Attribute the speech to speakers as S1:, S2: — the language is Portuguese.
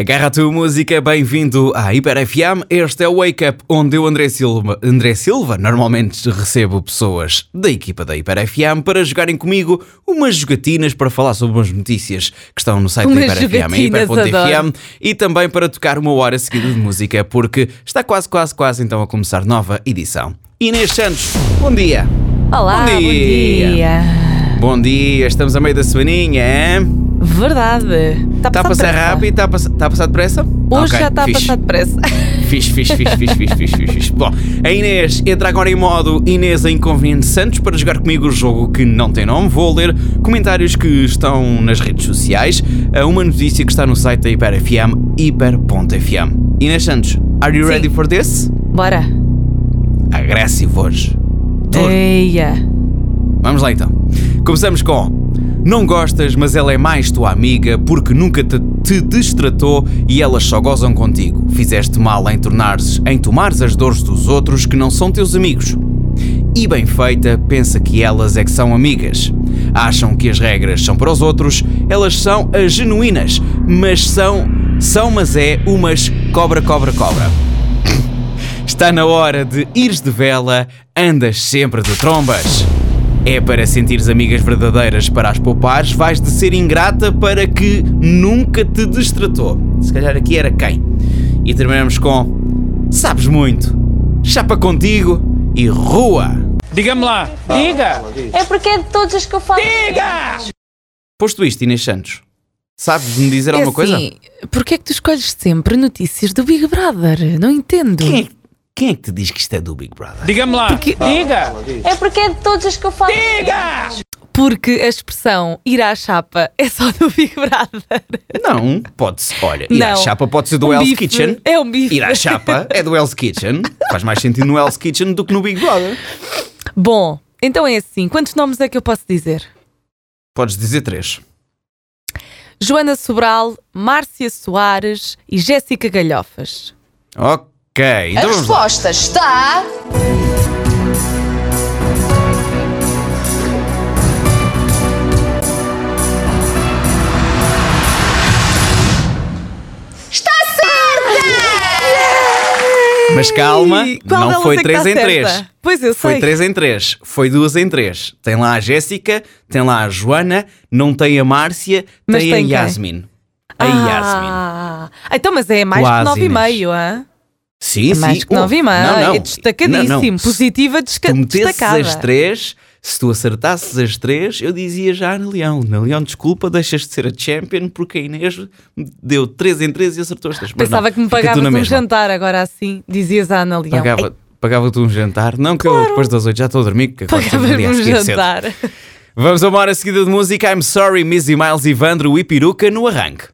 S1: Agarra a tua música, bem-vindo à Hiper FM. Este é o Wake Up, onde eu, André Silva, André Silva, normalmente recebo pessoas da equipa da Hiper FM para jogarem comigo umas jogatinas para falar sobre umas notícias que estão no site
S2: Umas
S1: da Hiper FM, em
S2: jogatinas, adoro.
S1: hiper.fm, e também para tocar uma hora seguida de música, porque está quase, quase, quase então a começar nova edição. Inês Santos, bom dia.
S2: Olá,
S1: Bom
S2: bom
S1: dia.
S2: dia.
S1: Bom dia, estamos a meio da semaninha, hein?
S2: Verdade. Tá
S1: Está Tá a passar rápido, está a passar, está a passar depressa?
S2: Hoje
S1: Ok,
S2: já está a
S1: fixe.
S2: passar depressa.
S1: Fiz, fiz, fiz, fiz, fiz, fiz, fiz, fiz. Bom, a Inês entra agora em modo Inês Inconveniente Santos para jogar comigo o jogo que não tem nome. Vou ler comentários que estão nas redes sociais, a uma notícia que está no site da Hiper FM, hiper.fm. Inês Santos, are you
S2: Sim.
S1: ready for this?
S2: Bora.
S1: Agressivo hoje. Duro.
S2: Eia.
S1: Vamos lá então. Começamos com. Não gostas, mas ela é mais tua amiga porque nunca te, te destratou e elas só gozam contigo. Fizeste mal em tornares, em tomares as dores dos outros que não são teus amigos. E bem feita, pensa que elas é que são amigas. Acham que as regras são para os outros, elas são as genuínas, mas são, são mas é umas cobra cobra cobra. Está na hora de ires de vela, andas sempre de trombas. É para sentires amigas verdadeiras para as poupares, vais de ser ingrata para que nunca te destratou. Se calhar aqui era quem? E terminamos com: Sabes muito, chapa contigo e rua.
S3: Diga-me lá, diga!
S4: É porque é de todas as que eu falo.
S1: Posto isto, Inês Santos, sabes-me
S2: É
S1: dizer alguma coisa?
S2: coisa? Porquê é que tu escolhes sempre notícias do Big Brother? Não entendo.
S1: Quem é, quem é que te diz que isto é do Big Brother?
S3: Diga-me lá, diga!
S4: É porque é de todas as que eu falo.
S2: Porque a expressão ir à chapa é só do Big Brother.
S1: Não, pode-se. Olha, ir à
S2: Não.
S1: chapa pode ser do
S2: Um
S1: Hell's
S2: bife.
S1: Kitchen.
S2: É um bife.
S1: Ir à chapa é do Hell's Kitchen. Faz mais sentido no Hell's Kitchen do que no Big Brother.
S2: Bom, então é assim. Quantos nomes é que eu posso dizer?
S1: Podes dizer três.
S2: Joana Sobral, Márcia Soares e Jéssica Galhofas.
S1: Ok, então vamos lá.
S4: resposta está.
S1: Mas calma,
S2: Ih, qual
S1: não
S2: delas
S1: foi
S2: é que
S1: três
S2: está
S1: em três.
S2: certa? Pois eu
S1: Foi
S2: sei.
S1: três em três, foi duas em três. Tem lá a Jéssica, tem lá a Joana, não tem a Márcia,
S2: Mas
S1: tem,
S2: tem quem?
S1: a Yasmin. A Yasmin.
S2: ah, então, mas é mais
S1: Quase,
S2: que nove e
S1: Inês.
S2: meio, hã?
S1: Sim,
S2: É
S1: sim.
S2: mais que
S1: Oh,
S2: 9 e meio.
S1: não, não.
S2: É destacadíssimo.
S1: Não, não.
S2: Positiva, desca
S1: tu metesses
S2: destacada.
S1: as três, se tu acertasses as três, eu dizia já a Ana Leão. Ana Leão, desculpa, deixas de ser a champion porque a Inês deu três em três e acertou as três. Mas
S2: Pensava
S1: não,
S2: que me
S1: fica tu
S2: pagavas
S1: na
S2: um
S1: mesma.
S2: jantar agora assim, dizias à Ana Leão. Ei,
S1: Pagava, pagava-te um jantar. Não que eu depois das oito já estou a dormir. que agora tenho
S2: Pagavas-me
S1: dia a
S2: um
S1: seguir cedo.
S2: jantar.
S1: Vamos a uma hora seguida de música. I'm sorry, Missy Miles, Evandro e Peruca no arranque.